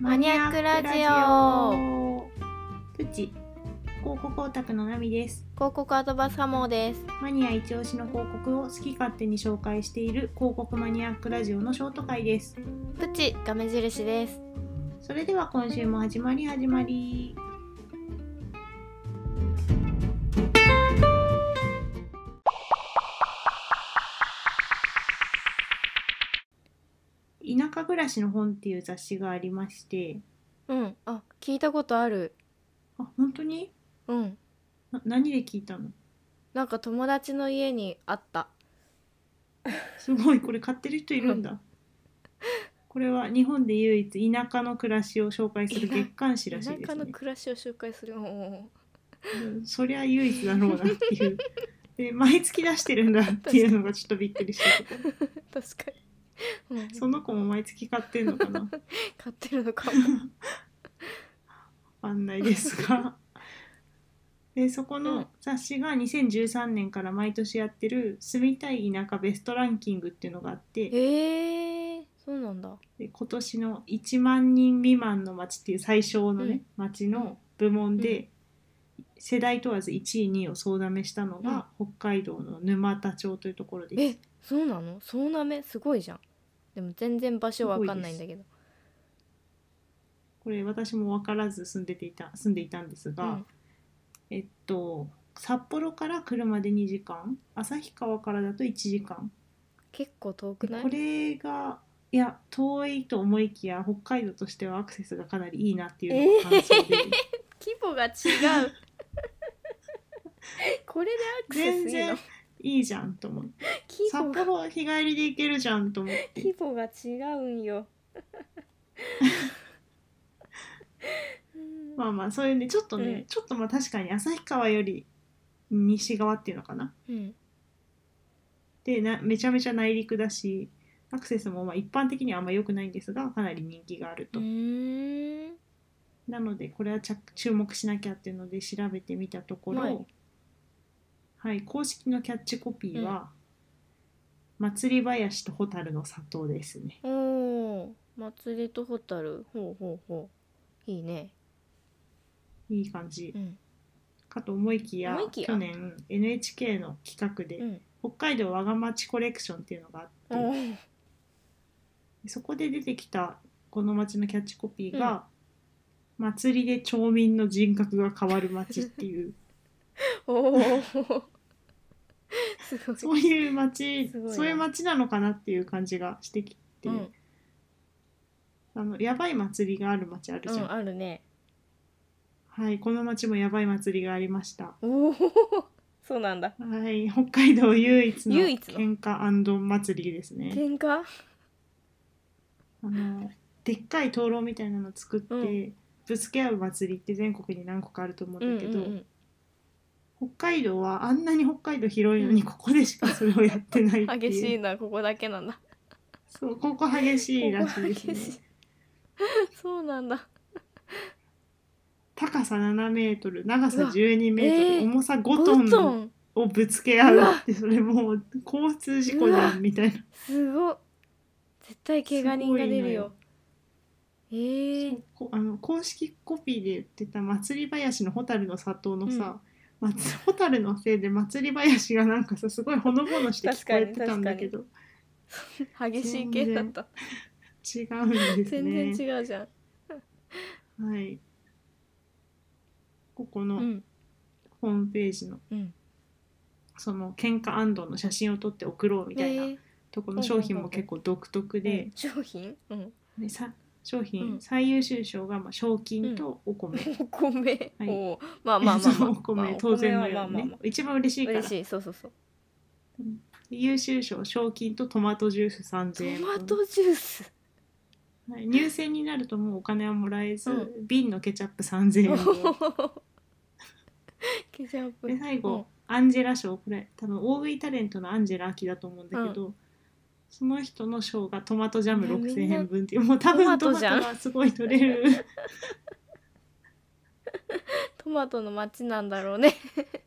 マニアックラジオプチ広告オタクのナミです広告アドバイスハモーですマニア一押しの広告を好き勝手に紹介している広告マニアックラジオのショート会ですプチが目印ですそれでは今週も始まり始まり田舎暮らしの本っていう雑誌がありましてうんあ聞いたことあるあ本当にうんな何で聞いたのなんか友達の家にあったすごいこれ買ってる人いるんだこれは日本で唯一田舎の暮らしを紹介する月刊誌らしいで田舎すのね暮らしを紹介するおうんそりゃ唯一だろうなって いうで毎月出してるんだっていうのがちょっとびっくりしたとこー 確かに、うん、その子も毎月買ってんのかな買ってるのか もわかんないですがでそこうんの雑誌が2013年から毎年やってる「住みたい田舎ベストランキング」っていうのがあってえー、そうなんだで今年の1万人未満の街っていう最小のね、街の部門で、世代問わず1位2位を総なめしたのが、北海道の沼田町というところですえ。そうなのそうなめすごいじゃんでも全然場所わかんないんだけどこれ私も分からず住んでていた住んでいたんですが、うんえっと札幌から車で2時間旭川からだと1時間結構遠くでないこれがいや遠いと思いきや北海道としてはアクセスがかなりいいなっていうのが感 想で、規模が違う これでアクセスいいの全然いいじゃんと思う規札模が幌日帰りで行けるじゃんと思 って規模が違うんよ まあまあそういうねちょっとね、うんちょっとまあ確かに旭川より西側っていうのかなうんでなめちゃめちゃ内陸だしアクセスもまあ一般的にはあんま良くないんですがかなり人気があるうと、ーんなのでこれは着注目しなきゃっていうので調べてみたところ、ははいい公式のキャッチコピーは「祭り林と蛍の里」ですね。おー祭りとホタルほうほうほういいねいい感じうんかと思いきや思いきや去年 NHK の企画で、うん北海道わが町コレクション」っていうのがあっておーそこで出てきたこの町のキャッチコピーが「祭りで町民の人格が変わる町」って いうおーすごいそういう町すごいなそういう町なのかなっていう感じがしてきて、うん、あのやばい祭りがある町あるうじゃん、ん、あるねはいこの町もやばい祭りがありましたおおそうなんだはい北海道唯一の唯一の喧嘩祭りですね喧嘩あのでっかい灯籠みたいなの作って、うぶつけ合う祭りって全国に何個かあると思うんだけど、うんうん北海道はあんなに北海道広いのにここでしかそれをやってないっうん、ていう激しいなここだけなんだそうここ激しいらしいですねここ激しい そうなんだ高さ7メートル長さうわ12メートル、えー重さ5ト5トンンをぶつけ合うってそれもう交通事故じゃんみたいなすごっ絶対怪我人が出るよえそーう、こあの公式コピーで言ってた「祭り林の蛍の里」のさ、まつ蛍のせいで祭り林がなんかさすごいほのぼのして聞こえてたんだけど激しい系だった違うんです全ね然違うじゃん、はいここうのんホームページのうん、その喧嘩安藤の写真を撮って送ろうみたいえなーとこの商品も結構独特うでん、商品、うん、でさ商うん品最優秀賞がまあ賞金とお米、お米、はいおーま あまあまあ、まあ、お米当然のまよあうまあにまね一番嬉しあいから嬉しいそうそうそう優秀賞賞金とトマトジュースト3000円マトジュースはい入選になるともうお金はもらえず、う瓶のケチャップ3000 お円分ーケチャップで最後、アンジェラ賞これ多分大食いタレントのアンジェラ・アキだと思うんだけど、その人の賞がトマトジャムいやみん6000な円分っていうもう多分トマトマトトじゃんがすごい取れるトマトの町なんだろうね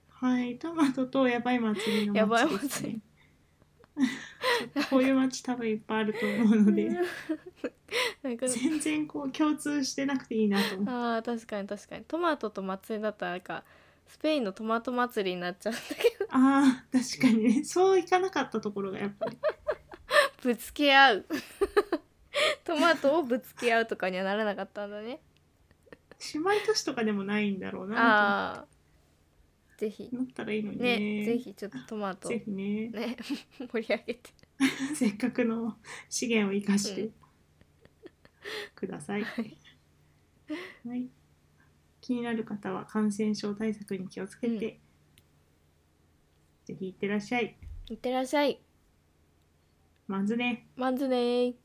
はいトマトとやばい祭りのやばい祭りです祭ねこういう町多分いっぱいあると思うので なんか全然こう共通してなくていいなと思うあー確かに確かにトマトと祭りだったらなんかスペインのトマト祭りになっちゃうんだけどあー確かにねそういかなかったところがやっぱりぶつけ合う トマトをぶつけ合うとかにはならなかったんだね姉妹都市とかでもないんだろうなああぜひと思ったらいいのにねねぜひちょっとトマトぜひねね 盛り上げて せっかくの資源を生かしてうんください。はい、気になる方は感染症対策に気をつけて、うんぜひいってらっしゃい。いってらっしゃいまずね。まずねー